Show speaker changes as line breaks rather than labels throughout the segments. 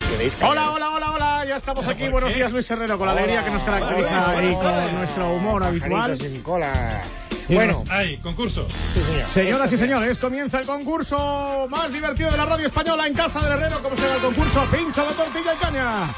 queréis callar.
Hola, hola, hola, hola, ya estamos aquí. Buenos días, Luis Herrero, con la alegría que nos caracteriza
Hola.
y con nuestro humor habitual.
Pajaritos sin cola.
Y
Bueno,
Ay, concurso.
sí, señor.
Señoras y señores, comienza el concurso más divertido de la radio española en casa del Herrero. ¿Cómo se llama el concurso? Pincho de tortilla y caña.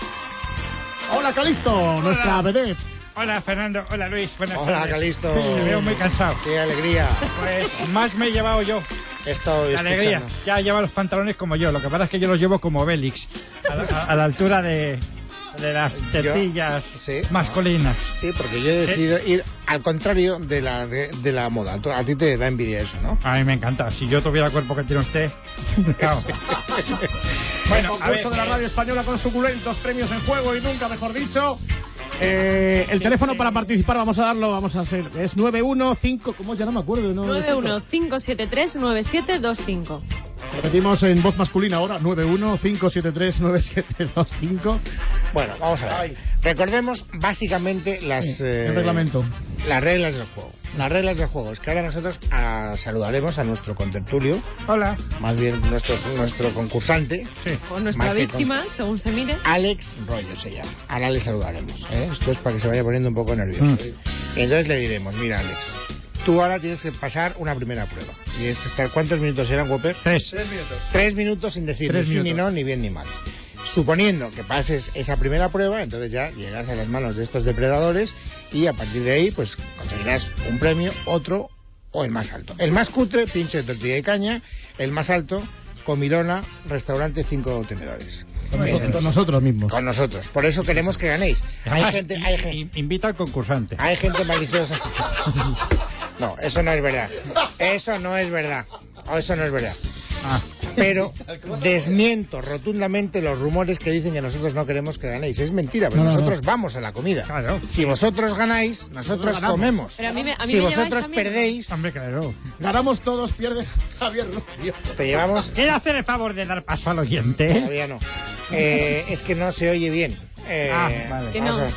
Hola, Calisto, nuestra vedette.
Hola, Fernando. Hola, Luis. Buenas
Hola,
tardes.
Calisto.
Me veo muy cansado.
Qué alegría.
Pues más me he llevado yo.
He estado
La alegría.
escuchando.
Ya lleva los pantalones como yo. Lo que pasa es que yo los llevo como Bélix. A la, a- a la altura de, de las tetillas
sí.
masculinas.
Sí, porque yo he decidido ir al contrario de la, de, de la moda. Tú- A ti te da envidia eso, ¿no?
A mí me encanta. Si yo tuviera el cuerpo que tiene usted. claro.
el
Bueno, a ver,
concurso de la
eh,
radio española con suculentos premios en juego y nunca mejor dicho. Eh, el teléfono para participar vamos a darlo, vamos a hacer, es 915, ¿cómo ya no me acuerdo? No,
915739725.
Repetimos en voz masculina ahora, 915739725.
Bueno, vamos a ver. Recordemos básicamente las... eh,
el reglamento.
Las reglas del juego. Las reglas del juego. Es que ahora nosotros ah, saludaremos a nuestro contertulio,
Hola.
más bien nuestro, nuestro concursante,
Sí.
O nuestra
Más que con-
víctima, según se mire.
Alex Rollo se llama. Ahora le saludaremos. ¿eh? Esto es para que se vaya poniendo un poco nervioso.
Mm.
Entonces le diremos, mira Alex, tú ahora tienes que pasar una primera prueba. Y es estar, ¿cuántos minutos eran, Whopper?
eh, Tres.
Tres minutos sin decir
Tres
ni sí, ni
minutos.
no, ni bien, ni mal. Suponiendo que pases esa primera prueba, entonces ya llegarás a las manos de estos depredadores y a partir de ahí, pues conseguirás un premio, otro o el más alto. El más cutre, pincho de tortilla y caña. El más alto, comilona, restaurante cinco tenedores.
Con nosotros, con nosotros mismos.
Con nosotros. Por eso queremos que ganéis. Hay
Además,
gente,
in-
hay gente,
Ah, in- Invita al concursante.
hay gente maliciosa. No, eso no es verdad. Eso no es verdad. Oh, Eso no es verdad.
Ah.
Pero desmiento rotundamente los rumores que dicen que nosotros no queremos que ganéis. Es mentira, pero
No, no,
nosotros
no.
vamos a la comida.
Claro.
Si vosotros ganáis, nosotros
ganamos.
comemos.
Pero a mí me- a mí
si
me lleváis
vosotros
también.
perdéis,
Hombre, claro.
Ganamos todos, pierde Javier Rubio.
te llevamos.
¿Quiere hacer el favor de dar paso al oyente?
Todavía no. Eh, es que no se oye bien. Eh,
Ah, vale.
Que
vamos
no.
a ver.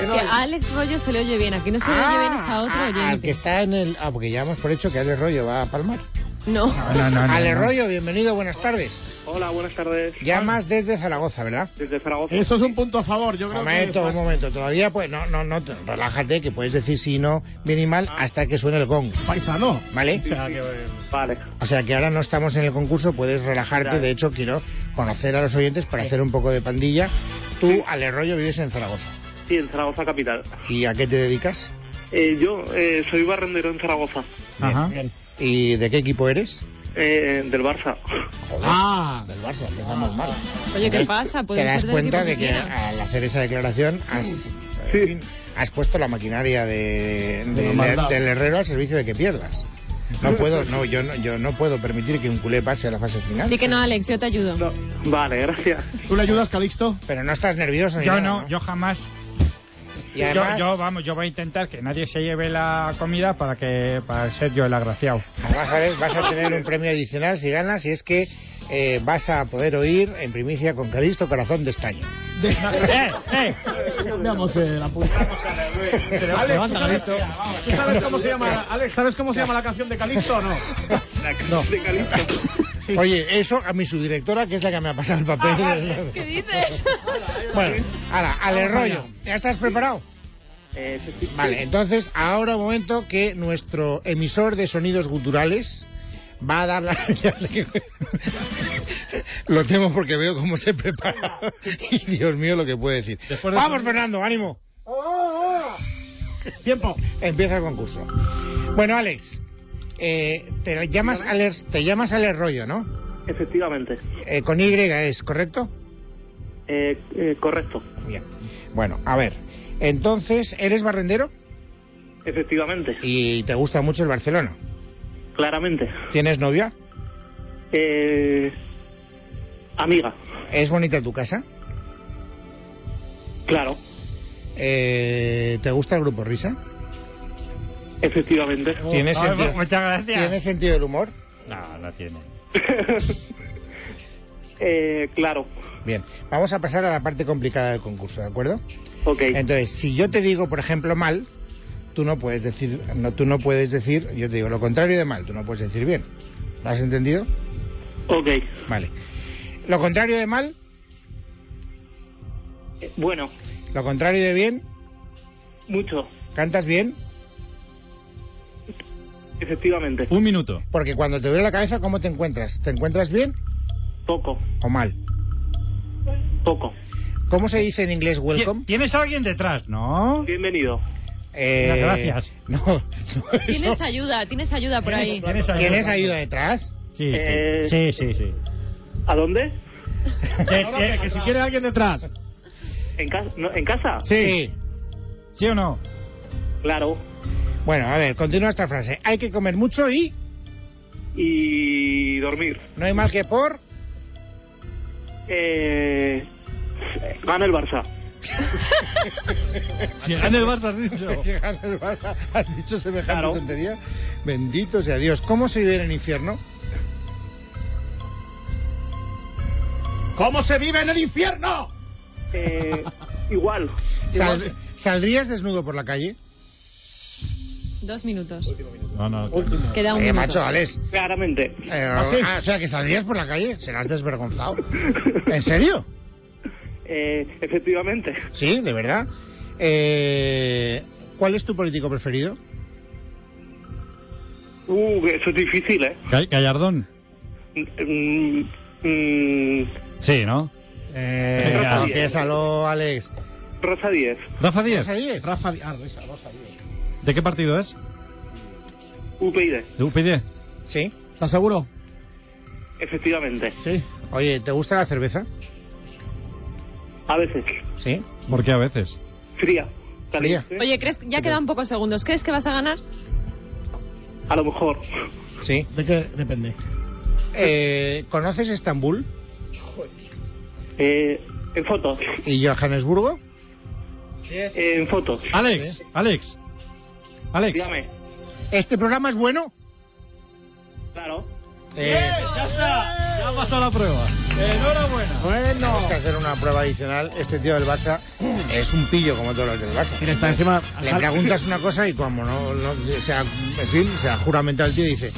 Que a Alex Rollo se le oye bien, aquí no se le oye bien es a otro
ah, al que
oyente.
está en el. Ah, porque ya hemos por hecho que Ale Rollo va a palmar.
No.
No, no, no, no,
Ale
no.
Rollo, bienvenido, buenas tardes.
Hola, buenas tardes.
Llamas desde Zaragoza, ¿verdad?
Desde Zaragoza.
Eso es un punto a favor, yo
Un
creo
momento,
que...
un momento. Todavía, pues, no, no, no, te- relájate, que puedes decir si no, bien y mal, hasta que suene el gong,
Paisano.
¿vale?
O sea, que, eh,
Vale.
O sea, que ahora no estamos en el concurso, puedes relajarte.
Claro.
De hecho, quiero conocer a los oyentes para hacer un poco de pandilla. Tú, Ale Rollo, vives en Zaragoza.
Sí, en Zaragoza capital.
¿Y a qué te dedicas?
Eh, yo eh, soy barrendero en Zaragoza,
Ajá.
¿Y de qué equipo eres?
eh, del Barça.
Joder.
Ah,
del Barça, empezamos mal.
Oye, ¿qué
Entonces,
pasa? Puede
Te das
ser del
cuenta
equipo
de
que
que
quiera.
al hacer esa declaración has, en fin, has puesto la maquinaria de,
De la
de-
maldad.
del herrero al servicio de que pierdas. No puedo,
pues
no, yo no, yo no puedo permitir que un culé pase a la fase final.
Di que no, Alex, yo te ayudo.
No, Vale, gracias.
¿tú le ayudas, Calixto?
Pero no estás nervioso. ni
Yo
nada,
no, yo jamás.
Y además,
yo, yo, vamos, yo voy a intentar que nadie se lleve la comida para que para ser yo el agraciado.
además, ¿sabes? vas a tener un premio adicional si ganas y es que eh, vas a poder oír en primicia con Calisto Corazón de Estaño.
De...
¡Eh, eh!
Cambiamos eh, la punta. Alex, ¿tú
Levanta,
sabes,
Calixto.
¿tú sabes cómo se llama, Alex, ¿sabes cómo se llama la canción de Calixto o no?
No.
De Calixto.
Sí.
Oye, eso a mi subdirectora, que es la que me ha pasado el
Ah,
papel.
¿Qué dices?
Bueno, ahora, al rollo. ¿Ya estás preparado?
Eh, sí, sí.
Vale, entonces ahora un momento que nuestro emisor de sonidos guturales va a dar la señal de- Lo temo porque veo cómo se prepara. Y Dios mío, lo que puede decir.
Después de-
Vamos, Fernando, ánimo.
Tiempo.
Empieza el concurso. Bueno, Alex, eh, te llamas Alex, te llamas Alex Rollo, ¿no?
Efectivamente.
Eh, con Y es, ¿correcto?
Eh, eh, correcto.
Bien. Bueno, a ver. Entonces, ¿eres barrendero?
Efectivamente.
Y te gusta mucho el Barcelona.
Claramente.
¿Tienes novia?
Eh, amiga.
¿Es bonita tu casa?
Claro.
Eh, ¿Te gusta el grupo Risa?
Efectivamente.
¿Tiene,
Ah,
sentido,
Muchas gracias.
¿tiene sentido del humor?
No, no tiene.
Eh, claro.
Bien, vamos a pasar a la parte complicada del concurso, ¿de acuerdo?
Ok.
Entonces, si yo te digo, por ejemplo, mal, tú no puedes decir, no, tú no puedes decir, yo te digo lo contrario de mal, tú no puedes decir bien. ¿Lo has entendido?
Ok.
Vale. Lo contrario de mal,
Bueno,
Lo contrario de bien,
mucho,
cantas bien,
efectivamente.
Un minuto.
porque cuando te duele la cabeza, ¿cómo te encuentras? ¿Te encuentras bien
Poco,
o mal?
poco.
¿Cómo se dice en inglés welcome?
Ti- Tienes a alguien detrás, ¿no?
Bienvenido.
Eh,
Las gracias.
No, no, eso.
Tienes ayuda, tienes ayuda por ahí.
¿Tienes a
¿Tienes ayuda detrás?
Sí,
Eh,
sí, sí, sí. sí.
¿A dónde?
Que-
No, no,
que-
que si quiere alguien detrás.
¿En, casa? ¿En casa?
Sí.
¿Sí o no?
Claro.
Bueno, a ver, continúa esta frase. Hay que comer mucho y
Y dormir.
no hay mal que por...
Eh, gana el Barça.
Si gana el Barça, has dicho.
Que gana el Barça. ¿Has dicho semejante
Claro.
tontería? Bendito sea Dios. ¿Cómo se vive en el infierno?
¿Cómo se vive en el infierno?
Eh, igual.
Sal- ¿Saldrías desnudo por la calle?
Dos minutos.
No, no.
Queda un
Eh,
minuto.
macho, Alex.
Claramente.
Eh,
sí?
ah, o sea, que saldrías por la calle. Serás desvergonzado. ¿En serio?
Eh, efectivamente.
Sí, de verdad. Eh, ¿Cuál es tu político preferido?
Uh, eso es difícil, ¿eh?
Ga- Gallardón.
Mm, mm,
Sí, ¿no?
Eh,
Rafa Díez.
confiésalo, Alex.
Rosa 10.
Rafa Díaz.
¿Rosa Díez?
Rafa, Di- ah, Rosa, Rosa, Dios.
¿De qué partido es?
UPyD.
¿De UPD?
Sí.
¿Estás seguro?
Efectivamente.
Sí. Oye, ¿te gusta la cerveza?
A veces.
Sí.
¿Por qué a veces?
Fría. Caliente.
Oye, ¿crees, ya quedan pocos segundos. ¿Crees que vas a ganar?
A lo mejor.
Sí.
¿De qué depende?
Eh, ¿Conoces Estambul
Eh, en fotos.
y Johannesburgo?
Eh, en fotos.
Alex, Alex. Alex.
Dígame.
¿Este programa es bueno?
Claro.
Eh,
Ya ha pasado la prueba.
Enhorabuena. Bueno.
Tenemos que hacer una prueba adicional. Este tío del Barça es un pillo como todos los del Barça.
Mira, está encima.
Le preguntas una cosa y como no, no- o sea, en fin, se ha juramentado el tío y dice,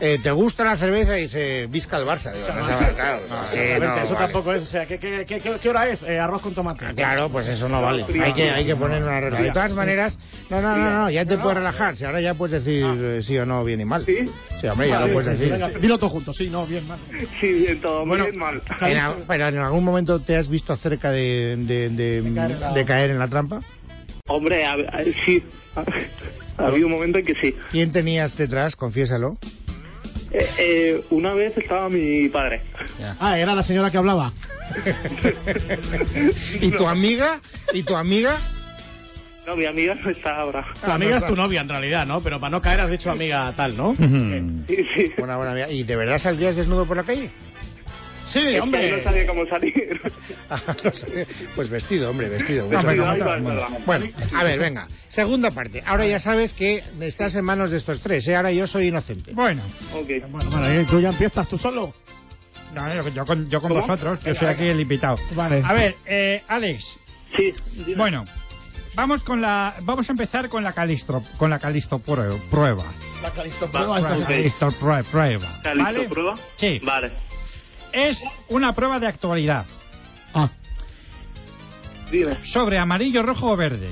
eh, ¿te gusta la cerveza? Y dice, visca el Barça. Digo, no, no, claro,
No,
sí,
Ah, exactamente,
no,
eso
vale.
tampoco es. O sea, ¿qué, qué, qué, qué- qué hora es? Eh, arroz con tomate.
Ah, Claro, pues eso no vale. Hay que, hay que poner una regla. De todas maneras, no, no, no, no, ya te puedes relajar. Si ahora ya puedes decir
Ah.
eh, sí o no, bien y mal.
¿Sí?
Sí, hombre, ya lo puedes
Venga,
decir.
dilo todo junto, sí, no, bien, mal.
Sí, en todo.
Bueno,
muy mal.
En a- pero en algún momento te has visto cerca de, de, de-
De caer en la-
de caer en la trampa.
Hombre, a- a- sí. Ha habido un momento en que sí.
¿Quién tenías detrás? Confiésalo.
Eh, eh, una vez estaba mi padre.
Ah, era la señora que hablaba.
¿Y tu amiga? ¿Y tu amiga?
No, mi amiga no está ahora.
Tu amiga es tu novia en realidad, ¿no? Pero para no caer has dicho amiga tal, ¿no?
Ujú.
Sí, sí.
Buena, buena amiga. ¿Y de verdad saldrías desnudo por la calle?
Sí,
Es que no sabía cómo salir.
Ah, no sé. pues vestido, hombre, vestido. Bueno,
No, pero ahí
bueno,
va, ahí va.
bueno, a ver, venga. Segunda parte. Ahora ya sabes que estás en manos de estos tres, ¿eh? Ahora yo soy inocente.
Bueno,
Ok.
Bueno, bueno, eh, tú ya empiezas tú solo.
no, yo, yo con, yo con
¿Cómo?
vosotros, yo soy aquí el invitado.
Vale.
A ver, eh, Alex,
Sí. dime.
bueno, vamos con la, vamos a empezar con la Calistro, con la Calisto prue- prueba.
La Calisto
prueba
Prueba,
ok.
Calixto prue- prueba.
¿Está listo?
¿vale?
¿Prueba?
Sí.
Vale.
Es una prueba de actualidad
Ah,
Dime.
sobre amarillo, rojo o verde.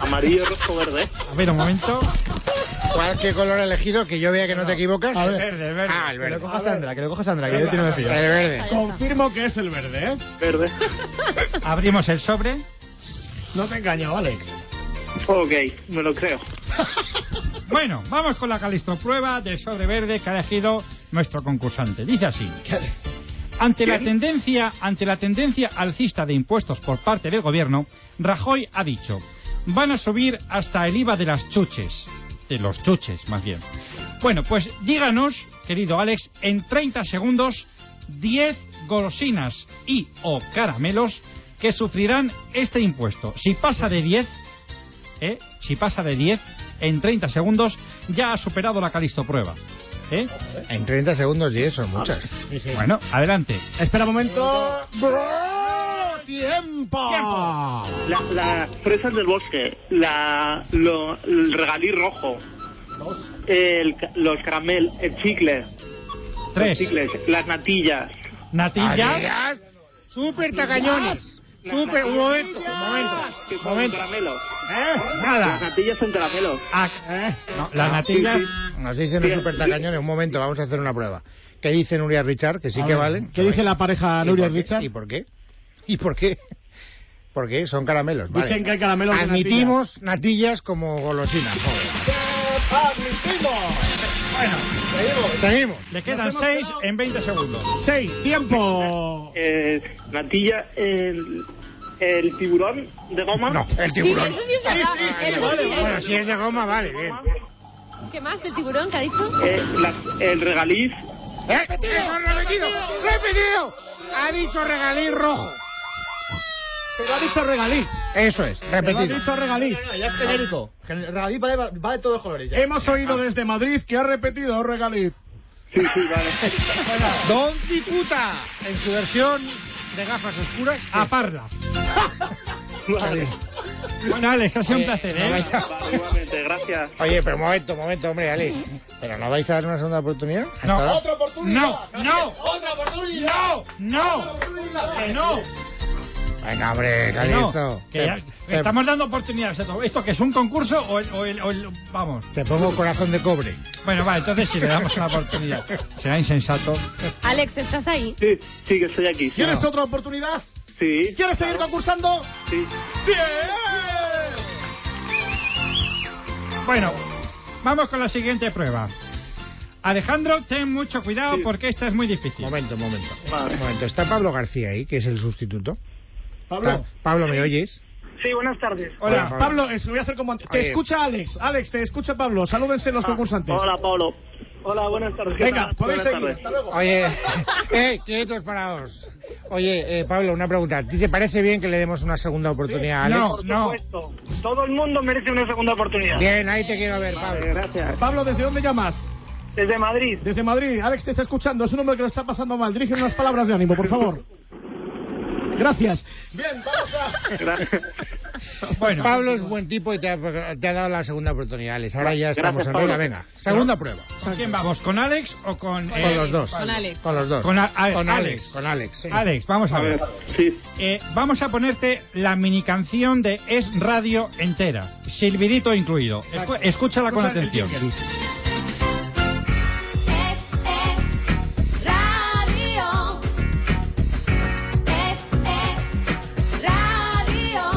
Amarillo, rojo, verde.
A ver, un momento.
¿Cuál, qué color he elegido? Que yo vea que no te equivocas.
A ver. El verde, el verde.
Ah, el verde.
coja Sandra, que lo coja Sandra,
que yo tiene una
El verde.
Confirmo que es el verde, ¿eh?
Verde.
Abrimos el sobre.
No te engaño, Alex.
Ok, me lo creo.
Bueno, vamos con la Calisto prueba del sobre verde que ha elegido nuestro concursante. Dice así. Ante la,
¿Quién?
tendencia, ante la tendencia alcista de impuestos por parte del gobierno, Rajoy ha dicho, van a subir hasta el IVA de las chuches. De los chuches, más bien. Bueno, pues díganos, querido Alex, en 30 segundos, 10 golosinas y o caramelos que sufrirán este impuesto. Si pasa de 10, ¿eh? si pasa de 10, en 30 segundos ya ha superado la Calisto prueba. ¿eh?
En 30 segundos y eso, muchas.
Bueno, adelante.
Espera un momento. ¡Bro! ¡Tiempo!
La- las fresas del bosque, la, lo- el regalí rojo, el, ca- los caramel, el chicle, los
Tres.
chicles, las natillas,
Ah,
Natillas.
¡Super tacañones! Súper, un momento, un momento,
Que son
un momento.
caramelos.
¿Eh?
Las
Nada.
natillas son caramelos.
Ah,
¿Eh? No,
las
las natillas...
Nos dicen
Sí,
los super
sí.
tacañones, un momento, vamos a hacer una prueba. ¿Qué dice Nuria Richard? Que sí
A
que
ver,
valen.
¿Qué dice la pareja Nuria
por qué?
Richard?
¿Y por qué? ¿Y por qué? Porque son caramelos. vale.
Dicen que hay caramelos de
Admitimos natillas. como golosina. joder. Seguimos.
Le quedan
Nos hemos
6
quedado-
en 20 segundos.
Seis, tiempo.
Eh, natilla, el, el tiburón de goma.
No, el
Sí,
tiburón.
eso sí es verdad.
Sí, sí, sí,
Eso
vale,
sí es-
Bueno, si es de goma, vale, bien.
¿Qué más del tiburón que ha dicho?
Eh, la- el regaliz.
¡Eh! ¡Eso es repetido! ¡Repetido! Ha dicho regalí rojo.
Pero ha dicho regalí.
Eso es,
Pero ha
repetido.
dicho regalí.
ya es genérico. Gen- Radí va de, va de todos los colores. Ya.
Hemos oído desde Madrid que ha repetido regaliz.
Sí, sí, vale.
Don Cicuta, en su versión de gafas oscuras.
A parla.
Vale.
Bueno, Alex, ha sido un
Oye,
placer,
no
¿eh?
vaya-
Vale, igualmente, gracias.
Oye, pero un momento, un momento, hombre, Alex. ¿Pero no vais a dar una segunda oportunidad?
No.
Hasta-
No, no, no, no, que no,
Venga, hombre,
que no,
Calixto.
que ya-
te,
estamos dando oportunidades a todo. ¿Esto que es un concurso o el, o el- o el- Vamos.
te pongo corazón de cobre.
Bueno, vale, entonces si le damos una oportunidad. Será insensato.
Alex, ¿estás ahí?
Sí, sí, que estoy aquí. Sí.
¿Quieres otra oportunidad?
Sí,
¿Quieres seguir concursando?
sí.
¡Bien!
Bueno, vamos con la siguiente prueba. Alejandro, ten mucho cuidado
Sí.
porque esta es muy difícil.
Momento, momento.
Vale.
Un momento, está Pablo García ahí, que es el sustituto.
Pablo.
Pa- Pablo, ¿me oyes?
Sí, buenas tardes.
Hola,
Hola,
Pablo.
Pablo, es- lo voy a hacer como antes. Te
Oye.
escucha Alex. Alex, te escucha Pablo. Salúdense los concursantes.
Hola, Pablo. Hola, buenas tardes. ¿Qué
Venga,
tal?
podéis
Buenas
seguir.
tardes.
Hasta luego.
Oye, eh, quietos parados. Oye, eh, Pablo, una pregunta. ¿A ti te parece bien que le demos una segunda oportunidad a Alex?
No, no.
Esto. Todo el mundo merece una segunda oportunidad.
Bien, ahí te quiero ver, Pablo.
Gracias.
Pablo, ¿desde dónde llamas?
Desde Madrid.
Desde Madrid. Alex te está escuchando. Es un hombre que lo está pasando mal. Dirige unas palabras de ánimo, por favor. Gracias. Bien, vamos a...
Gracias.
Bueno,
Pues Pablo es buen tipo y te ha, te ha dado la segunda oportunidad, Alex. Ahora ya estamos en
Pablo.
regla. Venga, segunda prueba.
¿con quién vamos? ¿Con Alex o con...?
Con
eh,
los dos.
Con Alex.
Con los dos.
Con a- a-
Con
Alex.
Alex. Con Alex. sí.
Alex, vamos a
A ver,
ver.
sí.
Eh, vamos a ponerte la mini canción de Es Radio entera, silbidito incluido. Escu- escúchala con
Escucha el
atención.
jingle.
Es, es, radio. Es, es, radio.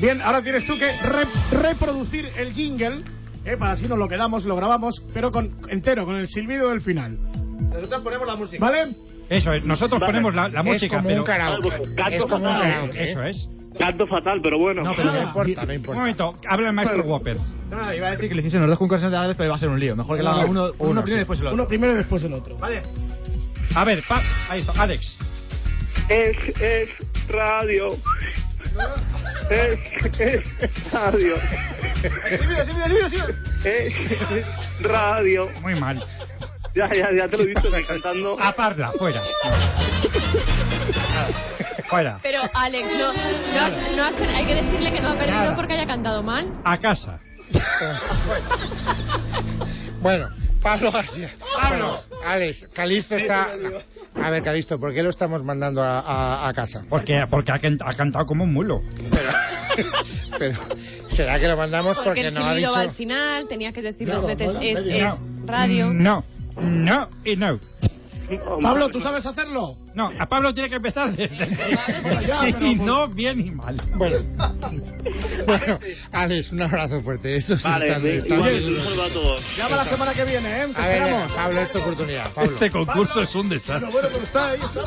Bien, ahora tienes tú que re- reproducir el jingle. eh, para así nos lo quedamos, lo grabamos, pero con entero, con el silbido del final.
Nosotros ponemos la música.
¿Vale?
Eso es, nosotros
Vale.
ponemos la, la
Es
música,
como
pero...
un ¿eh? karaoke.
Canto
Es como un
fatal.
karaoke.
Eso es.
Canto fatal, pero bueno.
No,
No
pero
importa, no
Un
importa.
momento, habla el maestro Whopper.
No, no, iba a decir que le hiciesen los dos concursantes de Alex, pero va a ser un lío. Mejor que la haga uno, uno,
uno,
primero y después el otro.
Uno primero y después el otro.
Vale.
A ver, pa- ahí está, Alex.
Es, es radio. Es, es radio. Es, es radio.
Muy mal.
Ya, ya, ya te lo he dicho, que cantando.
Ah,
A parla, fuera. Fuera.
Pero Alex, no, no has- no has- hay que decirle que no ha perdido
Nada.
porque haya cantado mal.
A casa.
Bueno, Pablo García.
Pablo.
Bueno, Alex, Calisto está. A ver, Calisto, ¿por qué lo estamos mandando a, a- a casa?
Porque, porque ha, can- ha cantado como un mulo.
Pero, ¿será que lo mandamos
Porque,
porque,
el
no ha
silbido
dicho.
va al final, tenías que decir
No,
dos veces
no,
es,
medio.
es, radio.
No, no y no.
Pablo, ¿tú sabes hacerlo?
No, a Pablo tiene que empezar desde...
Ya,
Sí,
pero-
no bien ni mal.
Bueno, bueno, Alex, un abrazo fuerte. Esto sí
Vale,
están-
ve-
están
igual,
duros.
un saludo a todos.
Llama la semana que viene, ¿eh? Te
A ver, venga,
esperamos.
Pablo, es tu oportunidad. Pablo.
Este concurso es un desastre.
Lo bueno que está ahí, está.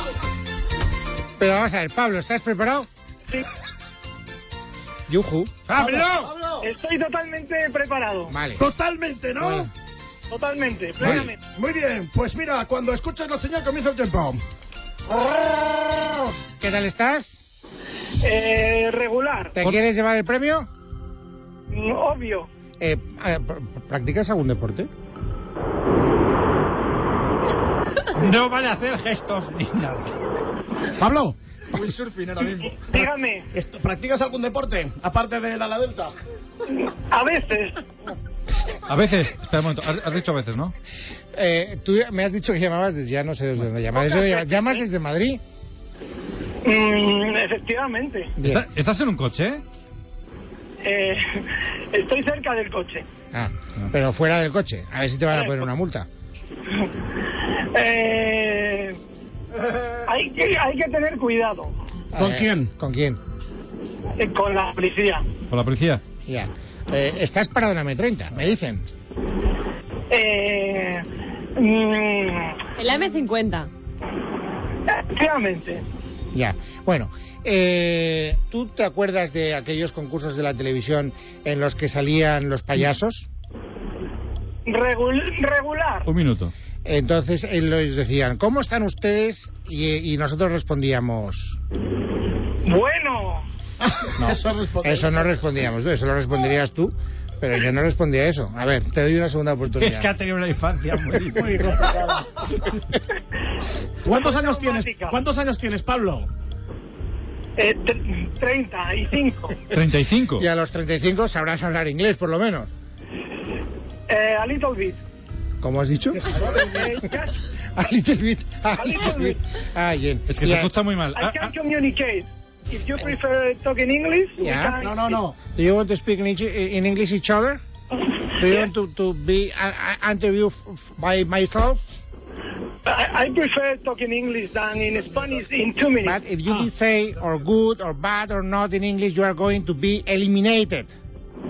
Pero vamos a ver, Pablo, ¿estás preparado? Sí. Yuju.
¡Pablo!
Estoy totalmente preparado.
Vale.
Totalmente, ¿no?
Bueno.
Totalmente,
plenamente.
Muy bien, pues mira, cuando escuchas la señal comienza el tiempo.
¿Qué tal estás?
Eh, regular,
¿Te quieres llevar el premio?
obvio.
Eh, eh, pr- ¿Practicas algún deporte?
No van a hacer gestos ni nada.
Pablo,
Will surfing ahora mismo.
Dígame,
¿esto- ¿practicas algún deporte? Aparte de la, la delta.
a veces.
A veces, espera un momento, has has dicho a veces, ¿no?
Eh, tú me has dicho que llamabas desde ya no sé desde dónde llamas. Eso de- ¿Llamas desde Madrid?
Mm, efectivamente.
Bien.
¿Está- ¿Estás en un coche?
Eh, estoy cerca del coche.
Ah, pero fuera del coche. A ver si te van a poner una multa.
Eh, hay, que, hay que tener cuidado
¿Con
Eh,
quién?
¿Con quién?
eh, con la policía.
¿Con la policía?
Ya. Eh, estás parado en la M30, me dicen.
Eh, mm,
El M50.
efectivamente.
Ya. Bueno, eh, ¿tú te acuerdas de aquellos concursos de la televisión en los que salían los payasos?
Regul- regular.
Un minuto.
Entonces ellos decían, ¿cómo están ustedes? Y, y nosotros respondíamos...
Bueno.
No,
Eso responde.
eso no respondíamos, tú, eso lo responderías tú, pero yo no respondía eso. A ver, te doy una segunda oportunidad.
Es que ha tenido una infancia muy...
Muy complicado. ¿Cuántos
Muy
años tienes?
traumática.
¿Cuántos años tienes, Pablo?
Eh, tre- 35.
35.
Y a los 35 sabrás hablar inglés, por lo menos.
Eh, a little bit.
¿Cómo has dicho?
Eh, just-
A little bit. A
A
little
little
bit.
bit.
Ah, bien.
Es que
Ya.
se escucha muy mal.
I
Ah,
can
ah,
communicate. If you prefer talking English, we
Yeah.
can-
Eh. No, no, no.
Do you want to speak in, each- in English each other? Do you want to, to be uh, uh, interviewed by myself?
I, I prefer talking English than in Spanish in two minutes.
But if you did say or good or bad or not in English, you are going to be eliminated.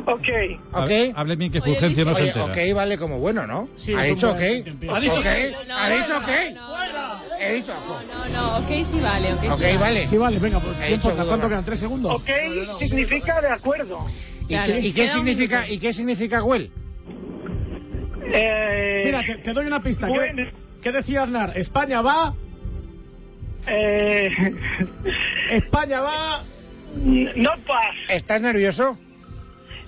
Okay.
Ah,
Okay?
hable- Hable bien que
Oye,
Fulgencio no se
Oye,
entera.
ok, vale como bueno, ¿no?
Sí,
ha
es un
dicho ok.
buen intento.
Ha dicho ok. ¿Eh? Ha dicho
No,
ok.
no,
He dicho
no, no, no, ok sí vale, ok, sí
ok,
vale.
vale.
Sí, vale, venga, pues
He
tiempo,
hecho
¿cuánto
todo.
quedan? ¿Tres segundos?
Okay significa de acuerdo.
¿Y,
Claro.
qué- y qué
Queda un
significa,
minuto.
¿Y qué significa well?
Eh,
Mira, te, te doy una pista.
Bueno.
¿Qué, qué decía Aznar? España va,
eh,
España va. Eh.
no pass.
¿Estás nervioso?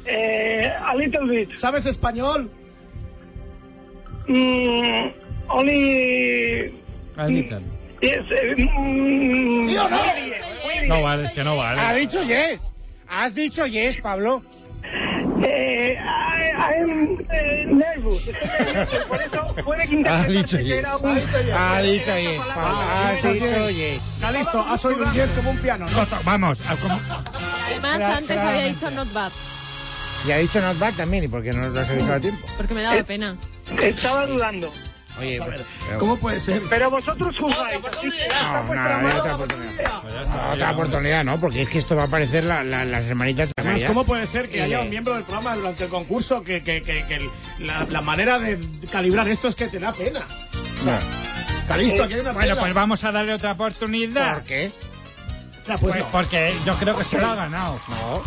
Eh, a little bit.
¿Sabes español?
Mm, only.
Admitan.
Yes, eh, mm,
¿Sí o no?
muy bien, muy bien.
No vale, es que no vale.
Ha dicho yes. Has dicho yes, Pablo.
Eh, I, I'm eh, nervous. Estoy nervioso, Por eso puede que
Ha Ah,
interpretarse
dicho
que
yes.
era un-
Ha dicho Ah,
era esa
yes, Pablo.
palabra.
Has dicho yes.
Calisto, has oído un yes como un piano, ¿no?
Vamos, a- como-
Además,
Claro,
antes había
claramente.
dicho not bad,
Y ha dicho not bad también, ¿y por qué no lo has avisado a tiempo?
porque me daba pena.
Estaba dudando.
Oye,
A ver,
pero-
¿Cómo puede ser?
Pero vosotros jugáis. así que ya está
No,
vuestra
nada, hay
mano.
otra oportunidad.
Pues ya está,
No,
ya
Otra
está.
oportunidad, ¿no? Porque es que esto va a parecer la- la- las hermanitas de
Además,
Navidad.
¿cómo puede ser que haya
Eh,
un miembro del programa durante el concurso que, que, que, que el- la, la manera de calibrar esto es que te da pena?
No.
Calisto, aquí hay una
Bueno,
pena.
pues vamos a darle otra oportunidad.
¿Por qué?
Ya, pues
Pues
no.
porque yo creo que se lo ha ganado.
No.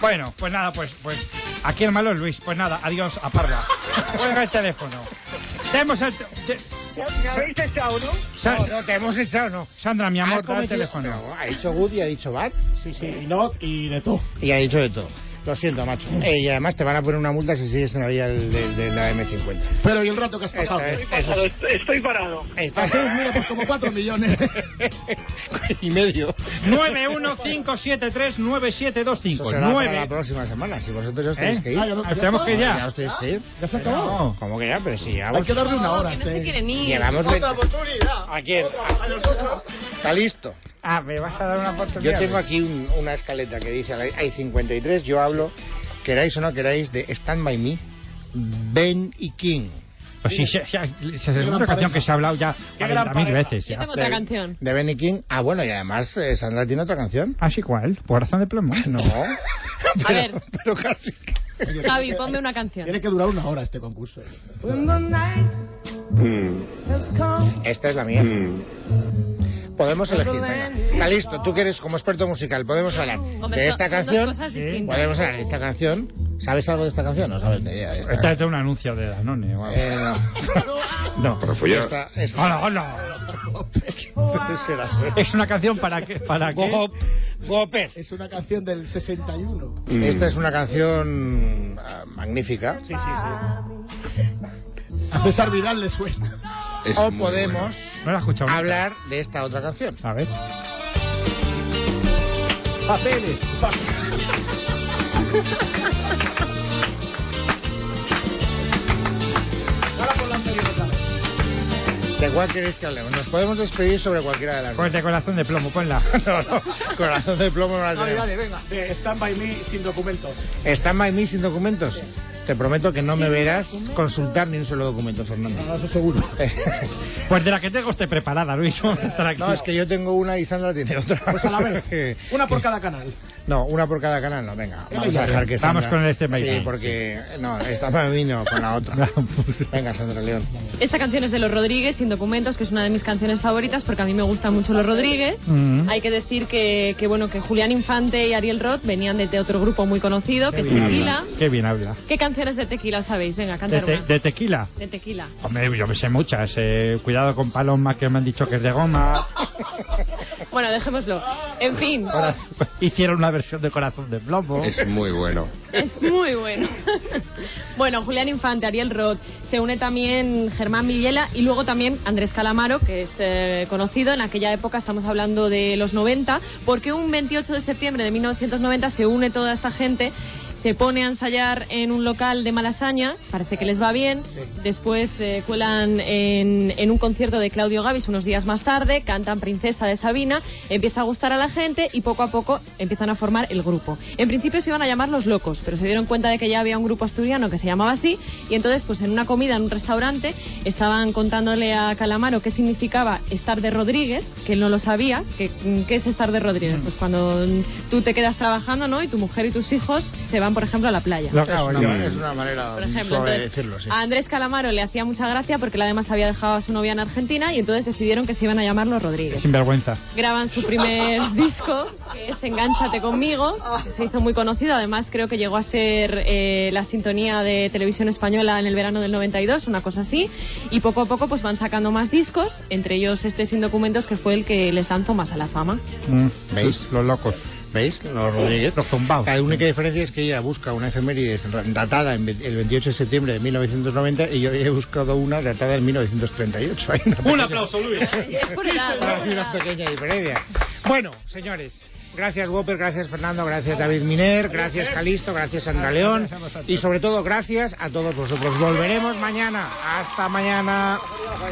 Bueno, pues nada, pues, pues aquí el malo es Luis. Pues nada, adiós, aparta. Cuelga el teléfono. Te hemos hecho- te-
¿Me habéis echado, no?
Sa-
No, no, te hemos echado, no. Ah,
Sandra, mi amor,
Has
da el
cometido-
teléfono.
No, ha dicho good y ha dicho bad
Sí, sí, y no, y de todo.
y ha dicho de todo. Lo siento, macho.
Mm.
Eh, y además te van a poner una multa si sigues en la vía del- del- de, la M50.
Pero ¿y el rato que has pasado? Pues,
Esta es-
Estoy parado, estoy parado.
Está
Ah, Así, mira, pues como cuatro millones.
y medio.
915739725.
Eso será para la
9.
próxima semana. Si vosotros os tenéis
¿Eh?
que ir.
pues Ah, ya no-
Ah, Tenemos que ir
Ya
ya.
os tenéis que ir.
¿Ya se acabó?
No.
¿Cómo que ya? Pero si
Hay
llevamos...
que darle una
No,
hora a
que no se
este.
quieren ir.
Llevamos... veinte-
oportunidad.
¿A quién?
A nosotros.
Está listo.
Ah, me vas a dar una oportunidad.
Yo tengo aquí un- una escaleta que dice, hay 53, yo hablo, queráis o no queráis, de Stand By Me, Ben y King.
Pues sí, se, se, se- se- es
gran
una canción
pareja.
que se ha hablado ya
Qué gran
40.000
pareja.
veces.
Yo
Ya.
tengo otra
de,
canción.
De Ben y King. Ah, bueno, y además eh, Sandra tiene otra canción.
Así cual, Ah, corazón de plomo.
No. pero,
ver.
Pero casi.
Javi, ponme una canción.
Tiene que durar una hora este concurso.
Esta es la mía.
Mm.
Podemos elegir, venga. Está listo, tú que eres como experto musical, podemos hablar
Hombre,
de
son-
esta
son dos
canción.
cosas distintas.
Podemos hablar de esta canción. ¿Sabes algo de esta canción? No sabes ni idea de esta.
Esta es de un anuncio de Danone o algo.
Eh, no.
No.
Esta- esta-
Hola, hola. Es una canción para que para que
Bob, Gópez.
Es una canción del 61.
Esta es una canción ah, magnífica.
A César Vidal le suena. Ah.
o podemos
no la he escuchado. nunca.
hablar de esta otra canción.
A ver.
Papeles. Ahora por la anterior otra vez.
¿De cuál queréis que hablemos? Nos podemos despedir sobre cualquiera de las
Pues de corazón de plomo, ponla.
No, no, corazón de plomo no la
Dale,
tenemos.
dale, venga.
De Stand By Me sin documentos.
Stand by me sin documentos. Te prometo que no me verás consultar ni un solo documento, Fernando.
No, eso seguro.
Pues de la que tengo esté preparada, Luis. vamos a estar aquí.
No, es que yo tengo una y Sandra tiene otra.
Pues a la vez. Una por cada canal.
No, una por cada canal, no, venga. Vamos a
ya,
dejar que
ya. Vamos
Sandra-
con el Stand by
Sí,
Me.
porque. No, esta para mí no, con la otra. Venga, Sandra León.
Esta canción es de Los Rodríguez, Sin Documentos, que es una de mis canciones favoritas porque a mí me gustan mucho Los Rodríguez.
Mm.
Hay que decir que, que, bueno, que Julián Infante y Ariel Roth venían de otro grupo muy conocido, que es Tequila.
Qué bien habla.
¿Qué canciones de Tequila os sabéis? Venga,
De,
cantar
te-
una.
de tequila.
De Tequila.
Hombre, yo me sé muchas. eh, cuidado con Paloma, que me han dicho que es de goma.
Bueno, dejémoslo. En fin,
Ahora hicieron una versión de Corazón de Plomo.
Es muy bueno.
es muy bueno. bueno, Julián Infante, Ariel Roth, se une también Germán Villela y luego también Andrés Calamaro, que es eh, conocido en aquella época, estamos hablando de los 90, porque un 28 de septiembre de 1990 se une toda esta gente. Se pone a ensayar en un local de Malasaña, parece que les va bien. Después eh, cuelan en, en un concierto de Claudio Gavis unos días más tarde, cantan Princesa de Sabina, empieza a gustar a la gente y poco a poco empiezan a formar el grupo. En principio se iban a llamar Los Locos, pero se dieron cuenta de que ya había un grupo asturiano que se llamaba así y entonces pues en una comida, en un restaurante, estaban contándole a Calamaro qué significaba estar de Rodríguez, que él no lo sabía, que, mm, qué es estar de Rodríguez. Pues cuando mm, tú te quedas trabajando, ¿no? Y tu mujer y tus hijos se van, por ejemplo, a la playa.
Es una, ma- es una manera
Por ejemplo,
suave de
entonces, ah,
decirlo, sí.
a Andrés Calamaro le hacía mucha gracia porque él además había dejado a su novia en Argentina y entonces decidieron que se iban a llamarlo Rodríguez.
Sin vergüenza.
Graban su primer disco, que es Engánchate conmigo, que se hizo muy conocido. Además, creo que llegó a ser eh, la sintonía de televisión española en el verano del 92, una cosa así. Y poco a poco pues van sacando más discos, entre ellos este Sin Documentos, que fue el que les lanzó más a la fama.
¿Veis?
Los locos.
¿Veis? Los Rodríguez.
Los zumbaos.
La única diferencia es que ella busca una efeméride datada en ve- el 28 de septiembre de 1990 y yo he buscado una datada en 1938. Hay una pequeña-
Luis.
Es por edad, ¿no?
Hay una pequeña diferencia. Bueno, señores, gracias Whopper, gracias Fernando, gracias David Miner, gracias Calisto, gracias Sandra León y sobre todo gracias a todos vosotros. Volveremos mañana. Hasta mañana.